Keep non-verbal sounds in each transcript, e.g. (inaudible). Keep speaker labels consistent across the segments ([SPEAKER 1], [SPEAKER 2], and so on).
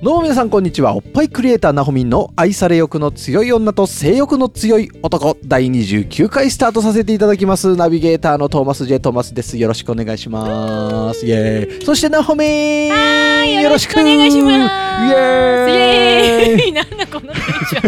[SPEAKER 1] どうも皆さんこんにちはおっぱいクリエイターなほみんの愛され欲の強い女と性欲の強い男第29回スタートさせていただきますナビゲーターのトーマス J トーマスですよろしくお願いしますイエーイそしてなほみん
[SPEAKER 2] はい、よろしくお願いします。
[SPEAKER 1] イエーイ
[SPEAKER 2] イエーイ (laughs) なんだこのテンション。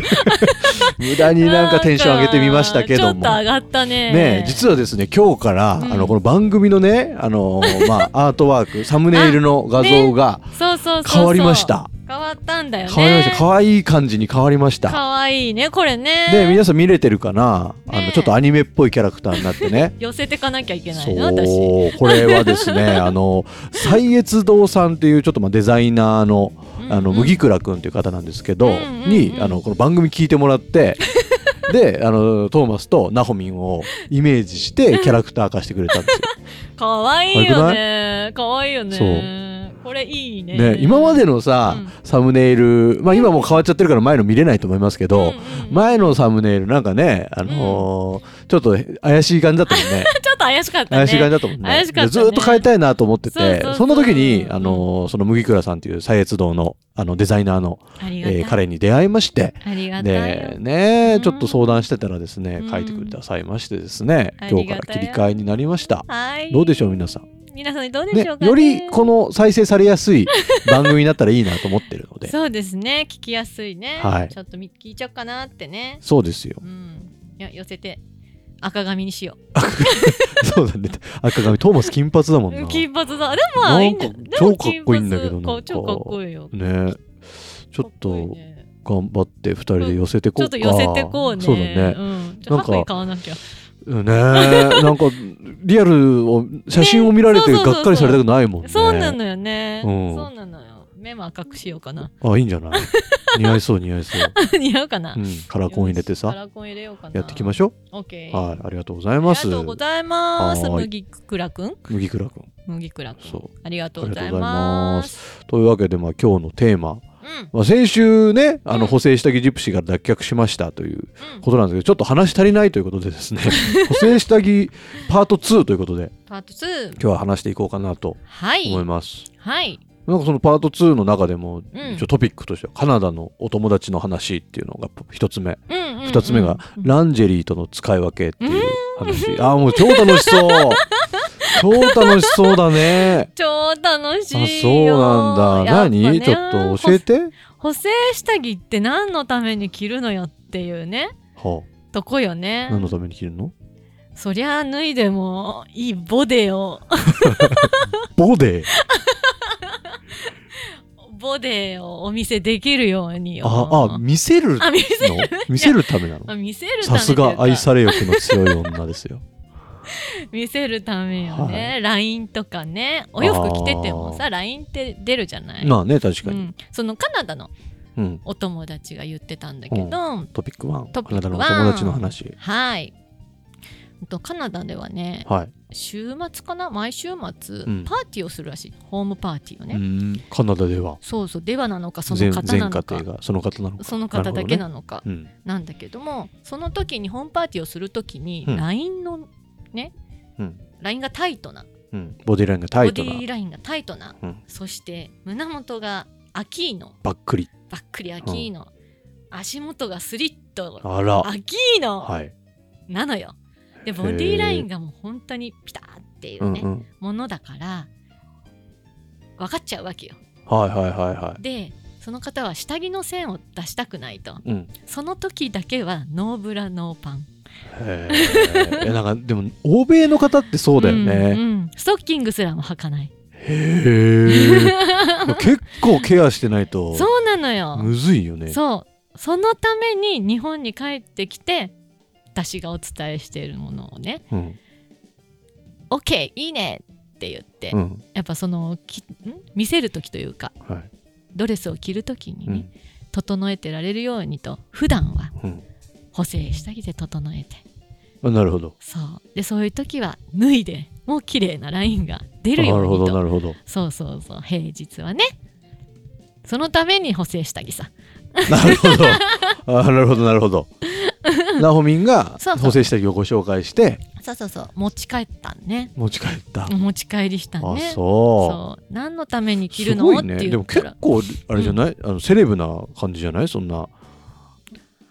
[SPEAKER 1] 無駄に (laughs) なんかテンション上げてみましたけども
[SPEAKER 2] ちょっと上がった
[SPEAKER 1] ね
[SPEAKER 2] ね。
[SPEAKER 1] え実はですね今日から、
[SPEAKER 2] ん
[SPEAKER 1] あのこの番組のねあのま
[SPEAKER 2] (laughs)
[SPEAKER 1] あアートワークサムネイルの画像が
[SPEAKER 2] そうそうそうそう
[SPEAKER 1] 変わりまし。た
[SPEAKER 2] 変わったんだよね。
[SPEAKER 1] 変わりました可愛い感じに変わりました
[SPEAKER 2] 可愛いね、これね。
[SPEAKER 1] で皆さん見れてるかなあ
[SPEAKER 2] ね
[SPEAKER 1] の
[SPEAKER 2] え
[SPEAKER 1] ちょっとアニメっぽいキャラクターになってね
[SPEAKER 2] 寄せてかなきゃいけないの、私。
[SPEAKER 1] そう (laughs) これはですねあの蔡越堂さんっていうちょっとまあデザイナーのあの麦倉くんっていう方なんですけど、
[SPEAKER 2] うんうんうん
[SPEAKER 1] にあのこの番組聞いてもらって
[SPEAKER 2] (laughs)
[SPEAKER 1] であのトーマスとナホミンをイメージしてキャラクター化してくれたんですよ。
[SPEAKER 2] 可愛いよね。可愛いよね。これいいね。
[SPEAKER 1] ね、今までのさ、
[SPEAKER 2] うん
[SPEAKER 1] サムネイル、まあ、今もう変わっちゃってるから前の見れないと思いますけど、
[SPEAKER 2] うんうん
[SPEAKER 1] 前のサムネイルなんかね、あのーちょっと怪しい感じだったもんね。
[SPEAKER 2] ちょっと怪しかったね。
[SPEAKER 1] 怪しい感じだったもんね。
[SPEAKER 2] 怪しかったね
[SPEAKER 1] ずーっと変えたいなと思ってて、
[SPEAKER 2] そうそうそう
[SPEAKER 1] その時に、あのーその麦倉さんっていう蔡越堂のあのデザイナーの、
[SPEAKER 2] あり
[SPEAKER 1] え
[SPEAKER 2] がたい。
[SPEAKER 1] ー彼に出会いまして、
[SPEAKER 2] ありがたい
[SPEAKER 1] で、
[SPEAKER 2] よ
[SPEAKER 1] ね
[SPEAKER 2] う
[SPEAKER 1] え
[SPEAKER 2] ん
[SPEAKER 1] ちょっと相談してたらですね
[SPEAKER 2] う、ん
[SPEAKER 1] 書いてくださいましてですね、
[SPEAKER 2] あ
[SPEAKER 1] 今日
[SPEAKER 2] り
[SPEAKER 1] か
[SPEAKER 2] が
[SPEAKER 1] ら
[SPEAKER 2] た
[SPEAKER 1] 切
[SPEAKER 2] い
[SPEAKER 1] り替えになりました。
[SPEAKER 2] はい。
[SPEAKER 1] どうでしょう、皆さん。
[SPEAKER 2] 皆さんどうで
[SPEAKER 1] ね
[SPEAKER 2] しょう、かね。
[SPEAKER 1] よりこの再生されやすい番組になったらいいなと思ってるので、
[SPEAKER 2] (laughs) そうですね聞きやすいね、
[SPEAKER 1] はい
[SPEAKER 2] ちょっとみ聞いちゃおうかなってね
[SPEAKER 1] そうですよ
[SPEAKER 2] う。んいや寄せて赤髪にしよ
[SPEAKER 1] そうだね。赤髪、トーマス金髪だもん
[SPEAKER 2] う
[SPEAKER 1] な。
[SPEAKER 2] 金髪だでもまあいいんだ
[SPEAKER 1] なんか
[SPEAKER 2] でも
[SPEAKER 1] 超かっこいいんだけど
[SPEAKER 2] 金髪
[SPEAKER 1] なんか
[SPEAKER 2] 超かっこいいよ
[SPEAKER 1] ねちょっ
[SPEAKER 2] かっこいい
[SPEAKER 1] と
[SPEAKER 2] ね
[SPEAKER 1] 頑張って二人で寄せてこ
[SPEAKER 2] ちょ
[SPEAKER 1] う
[SPEAKER 2] っ
[SPEAKER 1] か。
[SPEAKER 2] と寄せてこうね
[SPEAKER 1] そうだね。
[SPEAKER 2] うん、ち
[SPEAKER 1] な
[SPEAKER 2] ょ
[SPEAKER 1] ん
[SPEAKER 2] っ
[SPEAKER 1] か
[SPEAKER 2] と白衣買わなきゃ
[SPEAKER 1] ねえ、
[SPEAKER 2] (laughs)
[SPEAKER 1] なんかリアルを写真を見られて
[SPEAKER 2] ねそうそうそう
[SPEAKER 1] がっかりされたくないもんね。
[SPEAKER 2] そうなのよね、
[SPEAKER 1] うん
[SPEAKER 2] そうなのよ目も赤くしようかな (laughs)
[SPEAKER 1] あ、いいんじゃない似合いそう似合いそう。
[SPEAKER 2] 似合うかな、
[SPEAKER 1] うん、カラコン入れて
[SPEAKER 2] よしカ
[SPEAKER 1] さ、
[SPEAKER 2] ラコン入れようかな
[SPEAKER 1] やっていきましょ
[SPEAKER 2] ょう OK
[SPEAKER 1] う。
[SPEAKER 2] あ
[SPEAKER 1] はい、ありがとうござい
[SPEAKER 2] り
[SPEAKER 1] ま
[SPEAKER 2] が
[SPEAKER 1] す。
[SPEAKER 2] とうございます
[SPEAKER 1] はーい
[SPEAKER 2] 麦倉くん
[SPEAKER 1] 麦倉くん。
[SPEAKER 2] 麦倉くん
[SPEAKER 1] そう。
[SPEAKER 2] ありがとうございます
[SPEAKER 1] というわけで、まあ今日のテーマ。
[SPEAKER 2] うん
[SPEAKER 1] まあ先週ね、あ
[SPEAKER 2] う
[SPEAKER 1] の
[SPEAKER 2] ん
[SPEAKER 1] 補正下着ジプシーから脱却しましたという
[SPEAKER 2] うん
[SPEAKER 1] ことなんですけど、ちょっと話足りないということでです
[SPEAKER 2] (laughs)
[SPEAKER 1] ね、補正下着パート2ということで、
[SPEAKER 2] パート2
[SPEAKER 1] 今日は話していこうかなと
[SPEAKER 2] は
[SPEAKER 1] 思い
[SPEAKER 2] い
[SPEAKER 1] ます。
[SPEAKER 2] はい
[SPEAKER 1] なんかそのパート2の中でも、
[SPEAKER 2] うん
[SPEAKER 1] 一応トピックとしてはカナダのお友達の話っていうのが一つ目
[SPEAKER 2] うんうんうん
[SPEAKER 1] 二つ目が
[SPEAKER 2] うん
[SPEAKER 1] ランジェリーとの使い分けっていう話、ああもう超楽しそう
[SPEAKER 2] (laughs)
[SPEAKER 1] 超楽しそうだね
[SPEAKER 2] 超楽
[SPEAKER 1] あ
[SPEAKER 2] し
[SPEAKER 1] そう
[SPEAKER 2] いよ
[SPEAKER 1] なんだ、
[SPEAKER 2] やっぱね
[SPEAKER 1] 何ちょっと教えて、
[SPEAKER 2] 補正下着って何のために着るのよっていうね
[SPEAKER 1] は
[SPEAKER 2] とこよ
[SPEAKER 1] あ、
[SPEAKER 2] ね
[SPEAKER 1] 何のために着るの
[SPEAKER 2] そりゃ脱いでもいいボデを (laughs)
[SPEAKER 1] ボデー
[SPEAKER 2] ボデをお見せできるようによ
[SPEAKER 1] ああ見せ
[SPEAKER 2] (laughs)
[SPEAKER 1] るの
[SPEAKER 2] あ見せる
[SPEAKER 1] 見せるためなの
[SPEAKER 2] あ見せるため
[SPEAKER 1] さすが愛
[SPEAKER 2] れ
[SPEAKER 1] され欲の強い女ですよ
[SPEAKER 2] 見せるためよね、
[SPEAKER 1] は
[SPEAKER 2] LINE とかねお洋服着ててもさ LINE って出るじゃない、
[SPEAKER 1] まあね確か
[SPEAKER 2] う
[SPEAKER 1] に、
[SPEAKER 2] ん、そのカナダの
[SPEAKER 1] うん
[SPEAKER 2] お友達が言ってたんだけど、
[SPEAKER 1] トピック1
[SPEAKER 2] ト
[SPEAKER 1] カ
[SPEAKER 2] ピ
[SPEAKER 1] ナ
[SPEAKER 2] ッ
[SPEAKER 1] ダ
[SPEAKER 2] ク
[SPEAKER 1] の
[SPEAKER 2] ワン
[SPEAKER 1] お友達の話
[SPEAKER 2] はいうんとカナダではね
[SPEAKER 1] はい、
[SPEAKER 2] 週末かな毎週末、
[SPEAKER 1] ん
[SPEAKER 2] パーティーをするらしいホームパーティーをね、
[SPEAKER 1] うんカナダでは
[SPEAKER 2] そうそうではなのかそ
[SPEAKER 1] 全
[SPEAKER 2] の方
[SPEAKER 1] 全
[SPEAKER 2] な
[SPEAKER 1] 家
[SPEAKER 2] のか
[SPEAKER 1] 庭がその方なのか
[SPEAKER 2] その方だけなのか
[SPEAKER 1] なるほどね
[SPEAKER 2] なんだけどもその時にホームパーティーをする時に
[SPEAKER 1] うん
[SPEAKER 2] LINE のね、
[SPEAKER 1] うん
[SPEAKER 2] LINE がタイトな
[SPEAKER 1] うんうんボディラインがタイト
[SPEAKER 2] ボ
[SPEAKER 1] な
[SPEAKER 2] ディーラインがタイトな、
[SPEAKER 1] うん
[SPEAKER 2] そして胸元がアキーノ
[SPEAKER 1] ばっくり
[SPEAKER 2] ばっくりアキーノ、足元がスリット
[SPEAKER 1] あら
[SPEAKER 2] アキーノ、
[SPEAKER 1] はい
[SPEAKER 2] なのよでボディーラインがもう本当にピターっていううん
[SPEAKER 1] う
[SPEAKER 2] ね、
[SPEAKER 1] ん
[SPEAKER 2] ものだから分かっちゃうわけよ
[SPEAKER 1] はいはいはいは
[SPEAKER 2] でその方は下着の線を出したくないと
[SPEAKER 1] いうん
[SPEAKER 2] その時だけはノーブラノーパン
[SPEAKER 1] へ (laughs) えいやなんかでも欧米の方ってそうだよ
[SPEAKER 2] うん
[SPEAKER 1] ね
[SPEAKER 2] うんストッキングすらも履かない
[SPEAKER 1] へえ結構ケアしてないと
[SPEAKER 2] (laughs) そうなのよ
[SPEAKER 1] むずいよね
[SPEAKER 2] そうそのために日本に帰ってきて私がお伝えしているものをね
[SPEAKER 1] うん
[SPEAKER 2] 「OK いいね!」って言って、
[SPEAKER 1] うん
[SPEAKER 2] やっぱそのきん見せる時というか
[SPEAKER 1] はい
[SPEAKER 2] ドレスを着る時に
[SPEAKER 1] う
[SPEAKER 2] ね、
[SPEAKER 1] ん
[SPEAKER 2] 整えてられるようにと普段は
[SPEAKER 1] うん
[SPEAKER 2] 補正下着で整えて
[SPEAKER 1] あなるほど
[SPEAKER 2] そうでそういう時は脱いでもう綺麗なラインが出るよ
[SPEAKER 1] なるほ
[SPEAKER 2] うに
[SPEAKER 1] どな
[SPEAKER 2] と
[SPEAKER 1] るほど
[SPEAKER 2] そうそうそう平日はねそのために補正下着さ
[SPEAKER 1] なるほどあなるほどなるほ
[SPEAKER 2] (laughs)
[SPEAKER 1] どナホミンが
[SPEAKER 2] そうそう
[SPEAKER 1] 補正下着をご紹介して
[SPEAKER 2] そうそうそう持ち帰ったんね
[SPEAKER 1] 持ち帰った、
[SPEAKER 2] 持ち帰りした
[SPEAKER 1] あ
[SPEAKER 2] ね
[SPEAKER 1] そう
[SPEAKER 2] そう何のために着
[SPEAKER 1] す
[SPEAKER 2] るの、
[SPEAKER 1] ごい
[SPEAKER 2] っ
[SPEAKER 1] ね
[SPEAKER 2] て
[SPEAKER 1] で
[SPEAKER 2] 言
[SPEAKER 1] も
[SPEAKER 2] った
[SPEAKER 1] 結
[SPEAKER 2] ら
[SPEAKER 1] 構あれじゃない、あのセレブな感じじゃないそんな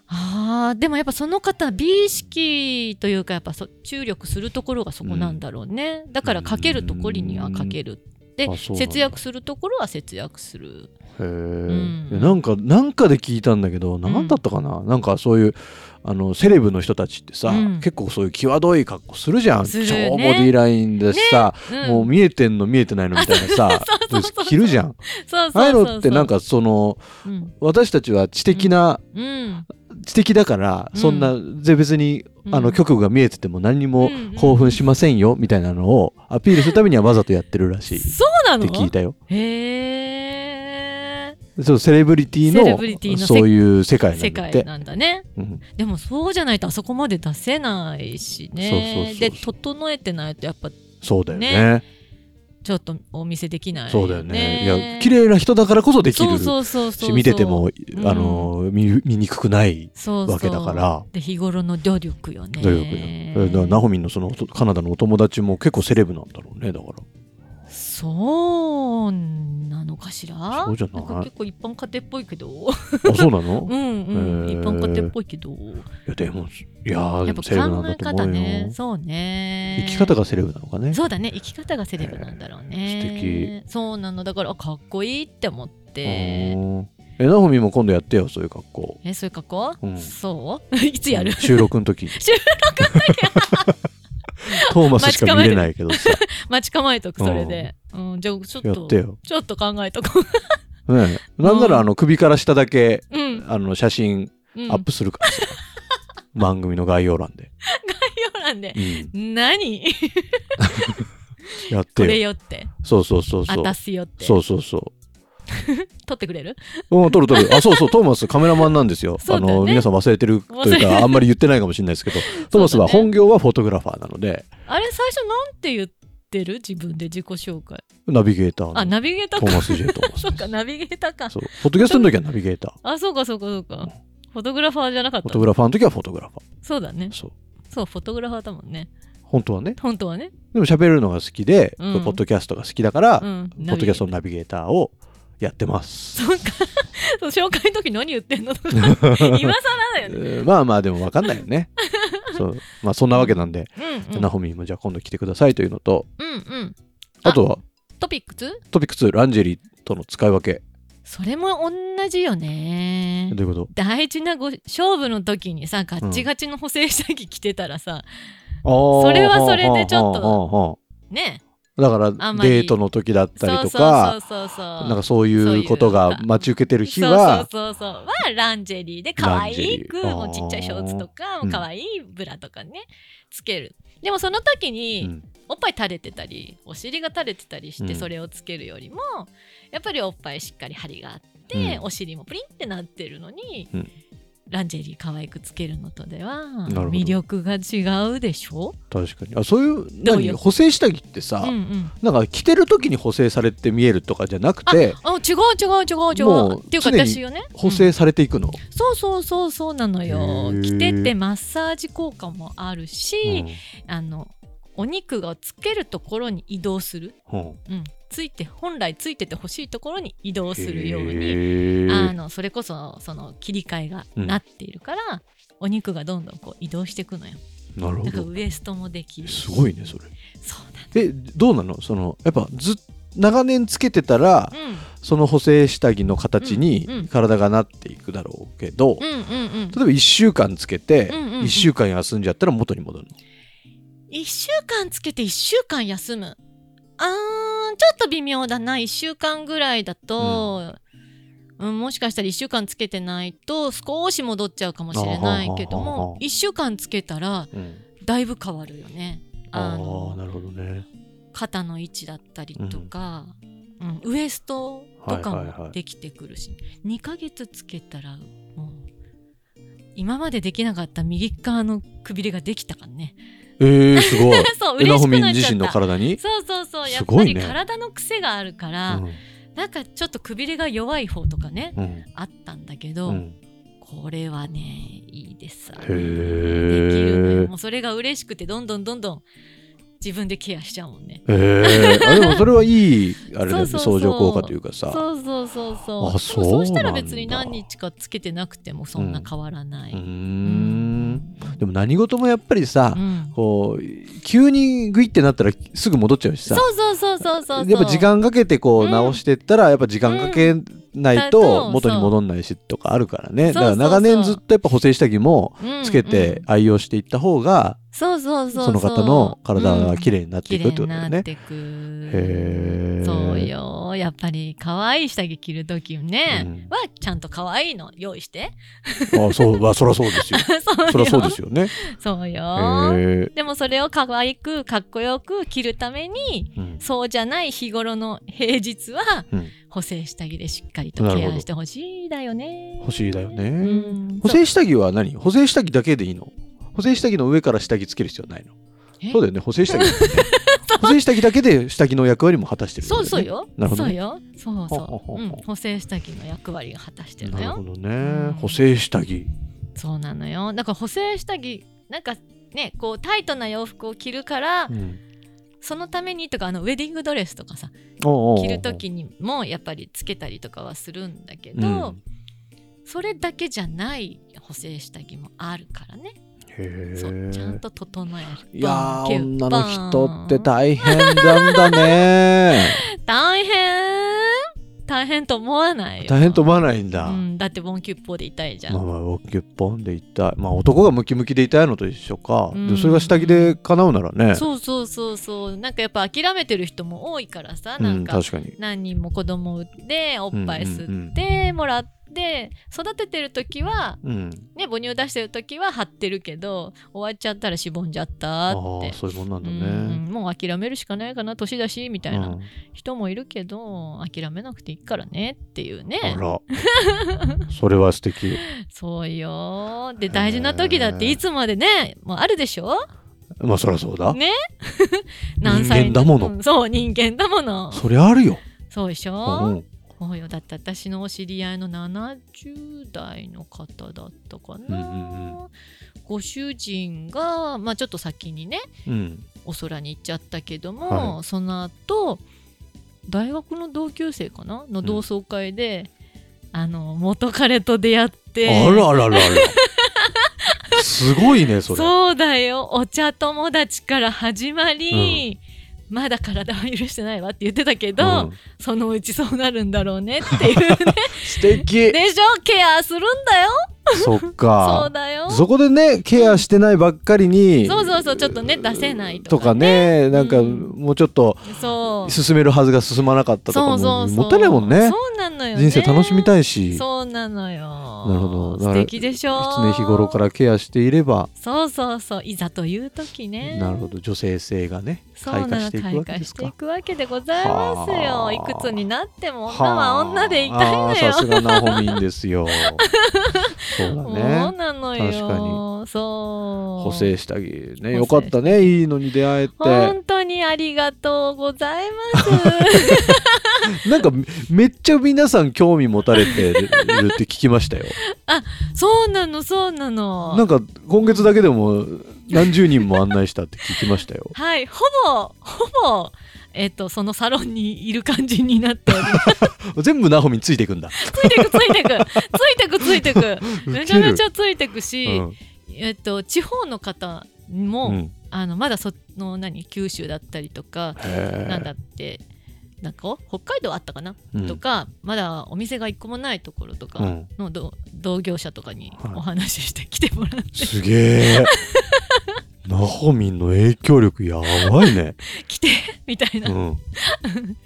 [SPEAKER 2] あーでもやっぱその方美意識というかやっぱそ注力するところがそこなんだろうね、だからかけるところにはかけるで
[SPEAKER 1] あそうなんだ
[SPEAKER 2] 節約するところは節約する
[SPEAKER 1] へえ、
[SPEAKER 2] ん
[SPEAKER 1] いやなんかなんかで聞いたんだけど何だったかな、なんかそういうあのセレブの人たちってさ、
[SPEAKER 2] うん
[SPEAKER 1] 結構そういう際どい格好するじゃん、
[SPEAKER 2] するね
[SPEAKER 1] 超ボディラインだしさ、
[SPEAKER 2] うん
[SPEAKER 1] もう見えてんの見えてないのみたいなさ
[SPEAKER 2] (laughs) そうそうそう
[SPEAKER 1] 着るじゃん
[SPEAKER 2] そうそうそうそう
[SPEAKER 1] ああいうのってなん
[SPEAKER 2] か、
[SPEAKER 1] かその
[SPEAKER 2] うん
[SPEAKER 1] 私たちは知的な、
[SPEAKER 2] うん
[SPEAKER 1] 知的だから
[SPEAKER 2] うん
[SPEAKER 1] そんな、ぜ別に
[SPEAKER 2] うん
[SPEAKER 1] あの局部が見えてても何にも
[SPEAKER 2] うんうん
[SPEAKER 1] 興奮しませんよみたいなのをアピールするためにはわざとやってるらしいっ
[SPEAKER 2] そうな
[SPEAKER 1] て
[SPEAKER 2] の
[SPEAKER 1] 聞いたよ。
[SPEAKER 2] へえ
[SPEAKER 1] そうセレブリティの
[SPEAKER 2] セレブリティの世
[SPEAKER 1] そういう世界なんだ
[SPEAKER 2] 世
[SPEAKER 1] って。
[SPEAKER 2] 界なんだね
[SPEAKER 1] うん
[SPEAKER 2] でもそうじゃないとあそこまで出せないしね
[SPEAKER 1] そうそうそうそう
[SPEAKER 2] で整えてないとやっぱ
[SPEAKER 1] そうだよね
[SPEAKER 2] ねちょっとお見せできない、
[SPEAKER 1] そうだよね。いや綺麗な人だからこそできる
[SPEAKER 2] そうそうそうそう
[SPEAKER 1] し見てても、
[SPEAKER 2] うん
[SPEAKER 1] あの見見にくくない
[SPEAKER 2] そうそう
[SPEAKER 1] わけだから。
[SPEAKER 2] で日頃の努力よね
[SPEAKER 1] 努力ね。だからナホミンのそのカナダのお友達も結構セレブなんだろうねだから。
[SPEAKER 2] そうなのかしら
[SPEAKER 1] そうじゃない
[SPEAKER 2] んか結構一般家庭っぽい
[SPEAKER 1] (laughs)
[SPEAKER 2] けど
[SPEAKER 1] あそうなの
[SPEAKER 2] (laughs) う？んうん、
[SPEAKER 1] へー
[SPEAKER 2] 一般家庭っぽいけど
[SPEAKER 1] いやでもいやーで
[SPEAKER 2] やっ
[SPEAKER 1] も
[SPEAKER 2] ぱ考
[SPEAKER 1] セレブなんだ
[SPEAKER 2] え
[SPEAKER 1] と思
[SPEAKER 2] 方
[SPEAKER 1] うよ。
[SPEAKER 2] ねそうね
[SPEAKER 1] 生き方がセレブなのかね。
[SPEAKER 2] そうだね生き方がセレブなんだろうね、そうなのだからあかっこいいって思っ
[SPEAKER 1] う
[SPEAKER 2] て
[SPEAKER 1] んえナホミンも今度やってよそういう格好。
[SPEAKER 2] えそういう格好、
[SPEAKER 1] うん
[SPEAKER 2] そう (laughs) いつやる、
[SPEAKER 1] 収録の時。
[SPEAKER 2] (laughs) 収
[SPEAKER 1] 録の時。トーマスしか見れないけどさ。
[SPEAKER 2] (laughs) 待ち構えとくそれで、うんじゃあちょ
[SPEAKER 1] やっ
[SPEAKER 2] っと
[SPEAKER 1] てよ。
[SPEAKER 2] ちょっと考えとこ
[SPEAKER 1] ねえなんな
[SPEAKER 2] う
[SPEAKER 1] ら
[SPEAKER 2] ん
[SPEAKER 1] あの首から下だけ
[SPEAKER 2] う (laughs) うん、
[SPEAKER 1] あの写真
[SPEAKER 2] うん、
[SPEAKER 1] アップするから
[SPEAKER 2] (laughs)
[SPEAKER 1] さ、番組の概要欄で、
[SPEAKER 2] 要欄で
[SPEAKER 1] うん
[SPEAKER 2] 何 (laughs)
[SPEAKER 1] やっ
[SPEAKER 2] こ
[SPEAKER 1] て
[SPEAKER 2] れ
[SPEAKER 1] よ
[SPEAKER 2] よって
[SPEAKER 1] そうそうそう
[SPEAKER 2] あ
[SPEAKER 1] そう
[SPEAKER 2] たすよって
[SPEAKER 1] そうそうそ
[SPEAKER 2] 撮ってくれる
[SPEAKER 1] ううん撮る撮るあそうそうトーマスカメラマンなんですよ
[SPEAKER 2] そうだね
[SPEAKER 1] あの皆さん忘れてると
[SPEAKER 2] 忘れ
[SPEAKER 1] いう
[SPEAKER 2] て
[SPEAKER 1] かあんまり言ってないかもしれないです
[SPEAKER 2] (laughs)
[SPEAKER 1] けど、トーマスは本業はフォトグラファーなので
[SPEAKER 2] あれ最初なんて言ってる自分で自己紹介
[SPEAKER 1] ナビゲーター
[SPEAKER 2] あ
[SPEAKER 1] の
[SPEAKER 2] ナビゲータ
[SPEAKER 1] ト
[SPEAKER 2] ー
[SPEAKER 1] ー
[SPEAKER 2] か
[SPEAKER 1] マス J トーマス
[SPEAKER 2] そうかナビゲーター (laughs) か
[SPEAKER 1] そうフォトキャストの時はナビゲーター
[SPEAKER 2] あそうかそうかそうかフォトグラファーじゃなかっ
[SPEAKER 1] フォ
[SPEAKER 2] た
[SPEAKER 1] トグラファーの時はフォトグラファ
[SPEAKER 2] そうだね
[SPEAKER 1] ーそう
[SPEAKER 2] そうフォトグラファーだもんね
[SPEAKER 1] 本当はね
[SPEAKER 2] 本当はね
[SPEAKER 1] でも喋るのが好きで、
[SPEAKER 2] うん
[SPEAKER 1] ポッドキャストが好きだから、
[SPEAKER 2] うん
[SPEAKER 1] ポッドキャスト
[SPEAKER 2] ナビ
[SPEAKER 1] のナビゲーターをやってます
[SPEAKER 2] そうかそう紹介の時何言っ
[SPEAKER 1] (laughs)
[SPEAKER 2] てんのとか今更だよね
[SPEAKER 1] えーまあまあでも分かんないよね
[SPEAKER 2] (laughs)
[SPEAKER 1] そうまあそんなわけなんで、
[SPEAKER 2] うんうん
[SPEAKER 1] ナホミンもじゃあ今度来てくださいというのと
[SPEAKER 2] うんうん
[SPEAKER 1] あとは
[SPEAKER 2] トピックス
[SPEAKER 1] トピック2ランジェリーとの使い分け
[SPEAKER 2] それも同じよね
[SPEAKER 1] どういうこと
[SPEAKER 2] 大事なご勝負の時にさガッチガチの補正下着着てたらさ、
[SPEAKER 1] そ
[SPEAKER 2] れはそれでちょっと
[SPEAKER 1] と
[SPEAKER 2] ね
[SPEAKER 1] だから
[SPEAKER 2] あんまり
[SPEAKER 1] デートの時だったり
[SPEAKER 2] そう
[SPEAKER 1] と
[SPEAKER 2] そ
[SPEAKER 1] か
[SPEAKER 2] うそうそう
[SPEAKER 1] なんかそういうこと
[SPEAKER 2] そう
[SPEAKER 1] が
[SPEAKER 2] いう
[SPEAKER 1] 待ち受けてる日
[SPEAKER 2] そう
[SPEAKER 1] は
[SPEAKER 2] そうそうそうはランジェリーで可愛く
[SPEAKER 1] ラ
[SPEAKER 2] も
[SPEAKER 1] ン
[SPEAKER 2] う
[SPEAKER 1] ジ
[SPEAKER 2] ち
[SPEAKER 1] ェリー
[SPEAKER 2] っちゃいショーツと
[SPEAKER 1] あ
[SPEAKER 2] か
[SPEAKER 1] ー
[SPEAKER 2] 可愛いブラとかねつけるでもその時に、
[SPEAKER 1] うん
[SPEAKER 2] おっぱい垂れてたりお尻が垂れてたりして
[SPEAKER 1] うん
[SPEAKER 2] それをつけるよりも、やっぱりおっぱいしっかり張りがあって、
[SPEAKER 1] うん
[SPEAKER 2] お尻もプリンってなってるのに、
[SPEAKER 1] うん
[SPEAKER 2] ランジェリー可愛くつけるのとでは
[SPEAKER 1] るほど
[SPEAKER 2] 魅力が違うでしょ、
[SPEAKER 1] 確かにあそういう
[SPEAKER 2] どうい
[SPEAKER 1] 何
[SPEAKER 2] う
[SPEAKER 1] 補正下着ってさ、
[SPEAKER 2] うんうん、
[SPEAKER 1] なんか着てる時に補正されて見えるとかじゃなくて
[SPEAKER 2] あ違う違う違う違
[SPEAKER 1] も
[SPEAKER 2] う
[SPEAKER 1] う
[SPEAKER 2] っていう
[SPEAKER 1] 常
[SPEAKER 2] か
[SPEAKER 1] に
[SPEAKER 2] 私よね
[SPEAKER 1] 補
[SPEAKER 2] うん
[SPEAKER 1] 正されていくの、
[SPEAKER 2] そうそうそうそうなの
[SPEAKER 1] へ
[SPEAKER 2] よ
[SPEAKER 1] ー
[SPEAKER 2] 着ててマッサージ効果もあるし、
[SPEAKER 1] う
[SPEAKER 2] あのお肉がつけるところに移動する、
[SPEAKER 1] んうん
[SPEAKER 2] うん、ついて本来ついててほしいところに移動するように
[SPEAKER 1] へー
[SPEAKER 2] あのそれこそその切り替えがなっているから、お肉がどんどんこう移動していくのよ
[SPEAKER 1] なるほ
[SPEAKER 2] なんか
[SPEAKER 1] ど
[SPEAKER 2] ウエストもできる
[SPEAKER 1] すごいねそれ
[SPEAKER 2] そう
[SPEAKER 1] えどうなのそのやっぱずっ長年つけてたら
[SPEAKER 2] だね
[SPEAKER 1] その補正下着の形
[SPEAKER 2] うんう
[SPEAKER 1] に
[SPEAKER 2] ん
[SPEAKER 1] 体がなっていくだろうけど、
[SPEAKER 2] うんうんうんうん
[SPEAKER 1] 例えば1週間つけて
[SPEAKER 2] うんうんうん
[SPEAKER 1] 1週間休んじゃったら元に戻るの、
[SPEAKER 2] 1週間つけて1週間休むあーちょっと微妙だな1週間ぐらいだと、うんもしかしたら1週間つけてないと少し戻っちゃうかもしれないけ
[SPEAKER 1] あ
[SPEAKER 2] ど
[SPEAKER 1] はははは
[SPEAKER 2] も1週間つけたらだいぶ変わるよね
[SPEAKER 1] あ
[SPEAKER 2] あの
[SPEAKER 1] あなるほどね
[SPEAKER 2] 肩の位置だったりとか、うんウエスト
[SPEAKER 1] は
[SPEAKER 2] と
[SPEAKER 1] い
[SPEAKER 2] か
[SPEAKER 1] はいは
[SPEAKER 2] も
[SPEAKER 1] い
[SPEAKER 2] できてくるし、2ヶ月つけたらもう今までできなかった右側のくびれができたか
[SPEAKER 1] (laughs)
[SPEAKER 2] らね
[SPEAKER 1] えー、すごい
[SPEAKER 2] そう
[SPEAKER 1] えな
[SPEAKER 2] (laughs)
[SPEAKER 1] ほ
[SPEAKER 2] 嬉しく
[SPEAKER 1] みん
[SPEAKER 2] なっちゃ
[SPEAKER 1] 自
[SPEAKER 2] っ
[SPEAKER 1] 身の
[SPEAKER 2] た
[SPEAKER 1] 体に
[SPEAKER 2] そうそうそうや
[SPEAKER 1] す
[SPEAKER 2] っぱ
[SPEAKER 1] ごい
[SPEAKER 2] り
[SPEAKER 1] ね
[SPEAKER 2] 体の癖があるから、なんかちょっとくびれが弱い方とかね
[SPEAKER 1] うんうん
[SPEAKER 2] あったんだけ
[SPEAKER 1] う
[SPEAKER 2] ど、
[SPEAKER 1] ん
[SPEAKER 2] これはねいいです
[SPEAKER 1] へ
[SPEAKER 2] できるのよ
[SPEAKER 1] ー
[SPEAKER 2] もうそれが嬉しくてどんどんどんどん自分でケアしちゃうもんね
[SPEAKER 1] えー、あでもそれはいいあれだよね
[SPEAKER 2] そうそうそう
[SPEAKER 1] 相乗効果というかさ
[SPEAKER 2] そうそうそうそう
[SPEAKER 1] あ
[SPEAKER 2] でも
[SPEAKER 1] そう
[SPEAKER 2] そうした
[SPEAKER 1] な
[SPEAKER 2] ら
[SPEAKER 1] んだ
[SPEAKER 2] 別に何日かつけてなくてもそんな変わらな
[SPEAKER 1] うー
[SPEAKER 2] い、
[SPEAKER 1] んでも何事もやっぱりさ、
[SPEAKER 2] うん
[SPEAKER 1] こう急にグイってなったらすぐ戻っちゃうしさ
[SPEAKER 2] そうそうそうそうそうそう
[SPEAKER 1] やっぱ時間かけてこ
[SPEAKER 2] う
[SPEAKER 1] うん直してったら、やっぱ時間かけない
[SPEAKER 2] うんだと
[SPEAKER 1] と元に戻んないしとかあるからねだ
[SPEAKER 2] そ
[SPEAKER 1] か
[SPEAKER 2] うそうそ
[SPEAKER 1] ら
[SPEAKER 2] う
[SPEAKER 1] 長年ずっとやっぱ補正下着もつけ
[SPEAKER 2] うんう
[SPEAKER 1] て
[SPEAKER 2] ん
[SPEAKER 1] 愛用していった方が
[SPEAKER 2] そうそうそう
[SPEAKER 1] その方の体が綺
[SPEAKER 2] 麗
[SPEAKER 1] 麗になって
[SPEAKER 2] 綺
[SPEAKER 1] いくっ
[SPEAKER 2] 麗
[SPEAKER 1] てこと
[SPEAKER 2] に
[SPEAKER 1] だ
[SPEAKER 2] な
[SPEAKER 1] よ
[SPEAKER 2] っ
[SPEAKER 1] ね。
[SPEAKER 2] てく
[SPEAKER 1] へー
[SPEAKER 2] そうよやっぱり可愛い下着着る時ね、
[SPEAKER 1] うん
[SPEAKER 2] はちゃんと可愛いの用意して
[SPEAKER 1] (laughs) あそうまあそりゃそうですよ
[SPEAKER 2] (laughs) そうよ
[SPEAKER 1] そりゃそうですよ
[SPEAKER 2] (laughs)
[SPEAKER 1] ね。
[SPEAKER 2] そう
[SPEAKER 1] へ
[SPEAKER 2] よ
[SPEAKER 1] ー
[SPEAKER 2] でもそれを可愛くかっこよく着るために
[SPEAKER 1] うん
[SPEAKER 2] そうじゃない日頃の平日は
[SPEAKER 1] うん
[SPEAKER 2] 補正下着でしっかりとケアしてほしいだよね
[SPEAKER 1] 欲しいだよね、
[SPEAKER 2] うん
[SPEAKER 1] 補正下着は何補正下着だけでいいの補正下着の上から下着つける必要ないの
[SPEAKER 2] え
[SPEAKER 1] そうだよね補正下着だ
[SPEAKER 2] (laughs)
[SPEAKER 1] よね補正下着だけで下着の役割も果たしてるって
[SPEAKER 2] そ
[SPEAKER 1] こ
[SPEAKER 2] う
[SPEAKER 1] と
[SPEAKER 2] そ
[SPEAKER 1] だ
[SPEAKER 2] う
[SPEAKER 1] よ
[SPEAKER 2] よ、
[SPEAKER 1] なるほど
[SPEAKER 2] そう
[SPEAKER 1] ね
[SPEAKER 2] よそう
[SPEAKER 1] ほうほう
[SPEAKER 2] そ
[SPEAKER 1] ほう
[SPEAKER 2] う、
[SPEAKER 1] ほ
[SPEAKER 2] う、
[SPEAKER 1] うん
[SPEAKER 2] 補正下着の役割を果たしてるの
[SPEAKER 1] なるほ
[SPEAKER 2] よ
[SPEAKER 1] ど
[SPEAKER 2] うん
[SPEAKER 1] ね補正下着
[SPEAKER 2] そうなのよだから補正下着なんかねこうタイトな洋服を着るから、
[SPEAKER 1] うん
[SPEAKER 2] そのためにとかあのウェディングドレスとかさ
[SPEAKER 1] おうおうおう
[SPEAKER 2] 着る時にもやっぱりつけたりとかはするんだけ
[SPEAKER 1] う
[SPEAKER 2] ど、
[SPEAKER 1] ん
[SPEAKER 2] それだけじゃない補正下着もあるからね
[SPEAKER 1] へ
[SPEAKER 2] そうちゃん
[SPEAKER 1] え
[SPEAKER 2] と整える
[SPEAKER 1] いや
[SPEAKER 2] バンキ
[SPEAKER 1] ー
[SPEAKER 2] ュー
[SPEAKER 1] 女の人って
[SPEAKER 2] バン
[SPEAKER 1] 大変なんだね
[SPEAKER 2] 大変大変と思わないよ
[SPEAKER 1] 大変と思わないんだ、
[SPEAKER 2] うん、だってボンキュッポーで痛いじゃん、
[SPEAKER 1] まあまあウォッキュッポンで痛いまあ男がムキムキで痛いのと一緒か、
[SPEAKER 2] うん
[SPEAKER 1] でそれが下着で叶うならね
[SPEAKER 2] そうそうそうそうなんかやっぱ諦めてる人も多いからさ
[SPEAKER 1] う
[SPEAKER 2] なん
[SPEAKER 1] ん
[SPEAKER 2] か
[SPEAKER 1] 確かに
[SPEAKER 2] 何人も子供産んでおっぱい
[SPEAKER 1] うんうんう
[SPEAKER 2] 吸
[SPEAKER 1] ん
[SPEAKER 2] ってもらって育ててる時は
[SPEAKER 1] うん
[SPEAKER 2] ね母乳出してる時は張ってるけど終わっちゃったらしぼんじゃった
[SPEAKER 1] ああ
[SPEAKER 2] って
[SPEAKER 1] ー。そういうもんなんだ
[SPEAKER 2] うん
[SPEAKER 1] ね
[SPEAKER 2] もう諦めるしかないかな年だしみたいな
[SPEAKER 1] うん
[SPEAKER 2] 人もいるけど諦めなくていいからねっていうね
[SPEAKER 1] あら (laughs) それは素敵
[SPEAKER 2] そうよで大事な時だっていつまでねもうあるでしょ
[SPEAKER 1] まあそりゃそうだ、 (laughs)
[SPEAKER 2] ね何歳
[SPEAKER 1] 人間だもの
[SPEAKER 2] うんそう人間だもの
[SPEAKER 1] そりゃあるよ、
[SPEAKER 2] そうでし
[SPEAKER 1] う
[SPEAKER 2] ょ
[SPEAKER 1] ん、
[SPEAKER 2] そうよだって私のお知り合いの70代の方だったかな、
[SPEAKER 1] うんうん
[SPEAKER 2] ご主人が、まあ、ちょっと先にね
[SPEAKER 1] うん
[SPEAKER 2] お空に行っちゃったけども、その後大学の同級生かなの同窓会で、あの元彼と出会って
[SPEAKER 1] あらあらあらあらすごいねそれ
[SPEAKER 2] そうだよお茶友達から始まり、まだ体は許してないわって言ってたけど、
[SPEAKER 1] うん
[SPEAKER 2] そのうちそうなるんだろうねっていうね
[SPEAKER 1] 素敵
[SPEAKER 2] でしょケアするんだよ
[SPEAKER 1] そっ
[SPEAKER 2] そ
[SPEAKER 1] か
[SPEAKER 2] うだよ
[SPEAKER 1] そこでねケアしてないばっかりに
[SPEAKER 2] そうそうそうちょっとね出せない
[SPEAKER 1] と
[SPEAKER 2] と
[SPEAKER 1] か
[SPEAKER 2] かね
[SPEAKER 1] ねなんか
[SPEAKER 2] うん
[SPEAKER 1] もうちょっと
[SPEAKER 2] そう
[SPEAKER 1] 進めるはずが進まなかったとか
[SPEAKER 2] そ
[SPEAKER 1] も
[SPEAKER 2] うそうそう
[SPEAKER 1] もったいないもんね
[SPEAKER 2] そうなのよね
[SPEAKER 1] 人生楽しみたいし
[SPEAKER 2] そうなのよ
[SPEAKER 1] なるほど
[SPEAKER 2] 素敵でしょ
[SPEAKER 1] 常日頃からケアしていれば
[SPEAKER 2] そうそうそういざという時ね
[SPEAKER 1] なるほど女性性がね
[SPEAKER 2] そう
[SPEAKER 1] 開
[SPEAKER 2] な
[SPEAKER 1] 花し
[SPEAKER 2] の
[SPEAKER 1] ていく
[SPEAKER 2] 開
[SPEAKER 1] わけ
[SPEAKER 2] 花
[SPEAKER 1] で
[SPEAKER 2] し
[SPEAKER 1] す
[SPEAKER 2] てい
[SPEAKER 1] か
[SPEAKER 2] くわけでございます
[SPEAKER 1] はあ
[SPEAKER 2] よいくつになっても女は女でいた
[SPEAKER 1] はあ
[SPEAKER 2] いの
[SPEAKER 1] あ
[SPEAKER 2] よ
[SPEAKER 1] ーさすがナホミンです
[SPEAKER 2] (laughs)
[SPEAKER 1] よそうだ
[SPEAKER 2] そう
[SPEAKER 1] ね
[SPEAKER 2] なのよ
[SPEAKER 1] 確か
[SPEAKER 2] そう
[SPEAKER 1] 補正下着ねよ
[SPEAKER 2] 補正
[SPEAKER 1] かったねいいのに出会えて
[SPEAKER 2] 本当にありがとうござい
[SPEAKER 1] (laughs)
[SPEAKER 2] ます。
[SPEAKER 1] なんかめめっちゃ皆さん興味持たれてるって聞きま
[SPEAKER 2] (laughs)
[SPEAKER 1] したよ
[SPEAKER 2] そうなのそうなの。
[SPEAKER 1] なんか今月だけでも何十人も案内したって聞きました
[SPEAKER 2] (laughs)
[SPEAKER 1] よ
[SPEAKER 2] はい、ほぼほぼえっ、とそのサロンにいる感じになっております
[SPEAKER 1] 全部ナホミンついていくんだ
[SPEAKER 2] ついてくついてくついてくついてくめ
[SPEAKER 1] (laughs) ウ
[SPEAKER 2] ちゃ
[SPEAKER 1] ケる
[SPEAKER 2] めちゃついてくし、
[SPEAKER 1] うん
[SPEAKER 2] えっ、と地方の方も、
[SPEAKER 1] うん
[SPEAKER 2] あのまだその何九州だったりとか
[SPEAKER 1] へー
[SPEAKER 2] なんだってなんかお北海道あったかな、
[SPEAKER 1] うん
[SPEAKER 2] とかまだお店が一個もないところと
[SPEAKER 1] う
[SPEAKER 2] か
[SPEAKER 1] ん
[SPEAKER 2] のど同業者とかに
[SPEAKER 1] はい
[SPEAKER 2] お話しして来てもらって、
[SPEAKER 1] すげ
[SPEAKER 2] (laughs)
[SPEAKER 1] えナホミンの影響力やばいね
[SPEAKER 2] 来てみたいな、
[SPEAKER 1] うん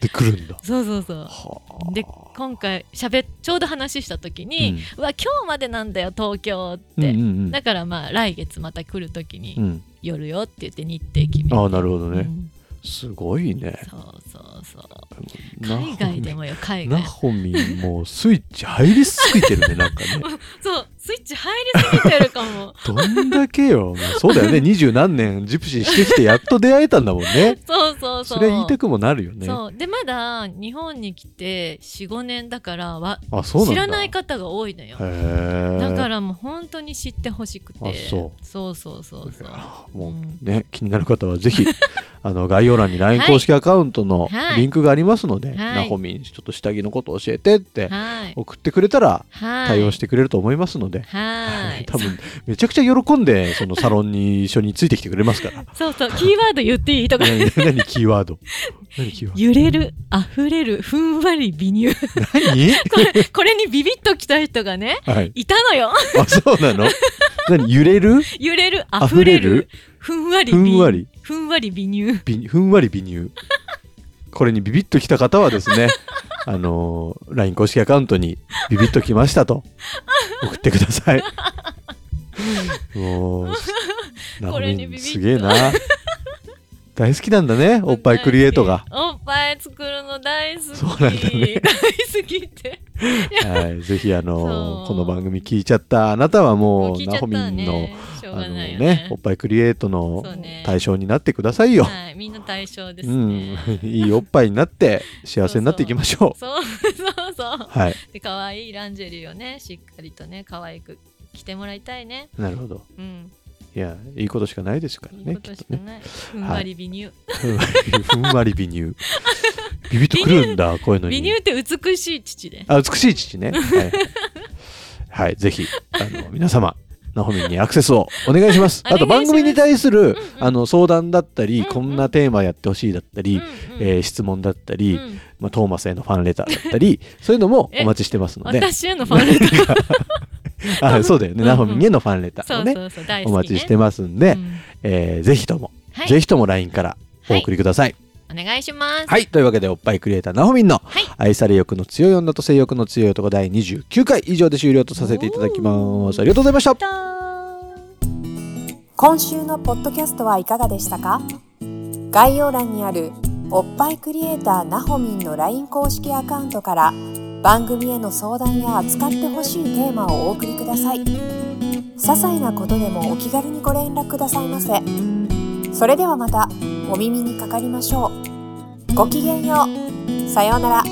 [SPEAKER 1] で来るんだ
[SPEAKER 2] そうそうそう
[SPEAKER 1] は
[SPEAKER 2] で今回しゃべちょうど話した時に、うわ今日までなんだよ東京っ
[SPEAKER 1] うん
[SPEAKER 2] て、
[SPEAKER 1] うんうん
[SPEAKER 2] だからまあ来月また来る時
[SPEAKER 1] う
[SPEAKER 2] に
[SPEAKER 1] ん
[SPEAKER 2] 寄るよって言って日程決めて
[SPEAKER 1] ああなるほどね、
[SPEAKER 2] うん
[SPEAKER 1] すごいね
[SPEAKER 2] そうそうそう
[SPEAKER 1] な
[SPEAKER 2] 海外でもよ海
[SPEAKER 1] な
[SPEAKER 2] 外
[SPEAKER 1] ほみんもうスイッチ入りすぎてるねなんか
[SPEAKER 2] (laughs)
[SPEAKER 1] ね
[SPEAKER 2] そうスイッチ入りすぎてるか
[SPEAKER 1] (laughs)
[SPEAKER 2] も
[SPEAKER 1] どんだけよもうそうだよね二十何年ジプシーしてきてやっと出会えたんだもんね
[SPEAKER 2] そう (laughs) そうそ
[SPEAKER 1] そ
[SPEAKER 2] う
[SPEAKER 1] れ言いたくもなるよね
[SPEAKER 2] そうでまだ日本に来て45年だからわ
[SPEAKER 1] あそうなんだ
[SPEAKER 2] 知らない方が多いのよ
[SPEAKER 1] へえ
[SPEAKER 2] だからもう本当に知ってほしくて
[SPEAKER 1] あそ
[SPEAKER 2] そうそうそうそう
[SPEAKER 1] も
[SPEAKER 2] うん
[SPEAKER 1] うね気になる方はぜ
[SPEAKER 2] (laughs)
[SPEAKER 1] ひあの概要欄に LINE
[SPEAKER 2] はい
[SPEAKER 1] 公式アカウントの
[SPEAKER 2] はい
[SPEAKER 1] リンクがありますので、
[SPEAKER 2] はい
[SPEAKER 1] なほみんちょっと下着のこと教えてって
[SPEAKER 2] はい
[SPEAKER 1] 送ってくれたら
[SPEAKER 2] はい
[SPEAKER 1] 対応してくれると思いますので、
[SPEAKER 2] は
[SPEAKER 1] (laughs)
[SPEAKER 2] い
[SPEAKER 1] 多分めちゃくちゃ喜んでそのサロンに一緒についてきてくれます
[SPEAKER 2] (laughs)
[SPEAKER 1] から。
[SPEAKER 2] そうそうキーワード言っていいとか
[SPEAKER 1] 何何キーワ
[SPEAKER 2] (laughs)
[SPEAKER 1] ード何キーワー
[SPEAKER 2] 揺れる溢れるふんわり美
[SPEAKER 1] (laughs)
[SPEAKER 2] 乳
[SPEAKER 1] ド何
[SPEAKER 2] これこれにビビッときた人がね
[SPEAKER 1] はい。
[SPEAKER 2] いたのよ
[SPEAKER 1] あ、そうなの何揺れる
[SPEAKER 2] 揺れる
[SPEAKER 1] 溢
[SPEAKER 2] (laughs) 溢れ
[SPEAKER 1] れる
[SPEAKER 2] るふんわり
[SPEAKER 1] ふ
[SPEAKER 2] 美
[SPEAKER 1] んわり
[SPEAKER 2] ふんわり美乳
[SPEAKER 1] びふんわり微乳。これにビビッときた方はです
[SPEAKER 2] (laughs)
[SPEAKER 1] ね、あのー、LINE 公式アカウントにビビッときましたと送ってください。もう、ナ
[SPEAKER 2] こ
[SPEAKER 1] ホ
[SPEAKER 2] れ
[SPEAKER 1] ミ
[SPEAKER 2] にビビ
[SPEAKER 1] ン
[SPEAKER 2] ッと
[SPEAKER 1] すげえな。大好きなんだね、おっぱいクリエイトが。
[SPEAKER 2] おっぱい作るの大好き
[SPEAKER 1] そうなんだね
[SPEAKER 2] 大好きって (laughs)
[SPEAKER 1] はい、ぜひあのー
[SPEAKER 2] そう
[SPEAKER 1] この番組聞いちゃったあなたは
[SPEAKER 2] もう
[SPEAKER 1] もう
[SPEAKER 2] 聞いち
[SPEAKER 1] ナ
[SPEAKER 2] ゃった
[SPEAKER 1] ホミ
[SPEAKER 2] ら
[SPEAKER 1] ンの
[SPEAKER 2] ねしょう
[SPEAKER 1] あ
[SPEAKER 2] が
[SPEAKER 1] の
[SPEAKER 2] ないよ
[SPEAKER 1] ね
[SPEAKER 2] ね、
[SPEAKER 1] おっぱいクリエイトの
[SPEAKER 2] そうね
[SPEAKER 1] 対象になってくださいよ。
[SPEAKER 2] はいみんな対象です
[SPEAKER 1] う
[SPEAKER 2] ね
[SPEAKER 1] ん、 (laughs) いいおっぱいになって幸せになっていきましょ
[SPEAKER 2] そうそうそう
[SPEAKER 1] う。はい、
[SPEAKER 2] で可愛いランジェリーをねしっかりとね可愛く着てもらいたいね
[SPEAKER 1] なるほど。
[SPEAKER 2] うん
[SPEAKER 1] いや、いいことしかないですから
[SPEAKER 2] いい
[SPEAKER 1] ね。
[SPEAKER 2] こ
[SPEAKER 1] き
[SPEAKER 2] と
[SPEAKER 1] っ
[SPEAKER 2] し
[SPEAKER 1] と
[SPEAKER 2] か
[SPEAKER 1] ね。
[SPEAKER 2] ない、ふんわり美乳
[SPEAKER 1] ふん (laughs) わり微
[SPEAKER 2] (laughs)
[SPEAKER 1] 乳。ビビッとくるんだ、こういうの
[SPEAKER 2] 美
[SPEAKER 1] に
[SPEAKER 2] 乳。って美しい父で
[SPEAKER 1] あ、美しい父ね。はい、はい、ぜひ、あの、皆様。ナホミンにアクセスをお願いします。
[SPEAKER 2] お願
[SPEAKER 1] あ
[SPEAKER 2] い
[SPEAKER 1] と
[SPEAKER 2] します
[SPEAKER 1] 番組に対する、
[SPEAKER 2] ん
[SPEAKER 1] あの相談だったり、
[SPEAKER 2] うんうん
[SPEAKER 1] こんなテーマやってほしいだったり、
[SPEAKER 2] うんうん
[SPEAKER 1] えー質問だったり、
[SPEAKER 2] うん
[SPEAKER 1] まあ、トーマスへのファンレターだった
[SPEAKER 2] (laughs)
[SPEAKER 1] りそういうのも
[SPEAKER 2] え
[SPEAKER 1] お待ちしてますので
[SPEAKER 2] 私へのファンレター
[SPEAKER 1] あそうだよね、
[SPEAKER 2] うんうん
[SPEAKER 1] ナホミンへのファンレター
[SPEAKER 2] そ
[SPEAKER 1] を
[SPEAKER 2] う
[SPEAKER 1] (laughs) ね
[SPEAKER 2] そうそう大好
[SPEAKER 1] お
[SPEAKER 2] き、ね、
[SPEAKER 1] 待ちしてますんで、
[SPEAKER 2] うん
[SPEAKER 1] えーぜひとも、
[SPEAKER 2] はい
[SPEAKER 1] ぜひとも LINE からお送りください。
[SPEAKER 2] お願いします
[SPEAKER 1] はい、というわけでおっぱいクリエイターナホミンの
[SPEAKER 2] はい
[SPEAKER 1] 愛され欲の強い女と性欲の強い男第29回以上で終了とさせていただきます。ありがとうございました。
[SPEAKER 2] どーん
[SPEAKER 3] 今週のポッドキャストはいかがでしたか概要欄にあるおっぱいクリエイターなほみんの LINE 公式アカウントから番組への相談や扱ってほしいテーマをお送りください些細なことでもお気軽にご連絡くださいませそれではまたお耳にかかりましょうごきげんようさようなら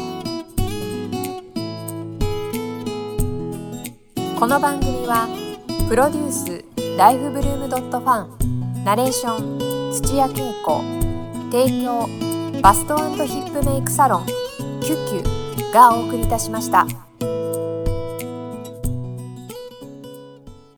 [SPEAKER 3] この番組は「プロデュースライフブルームドットファンナレーション土屋恵子提供バストヒップメイクサロン「キュキュ」がお送りいたしました。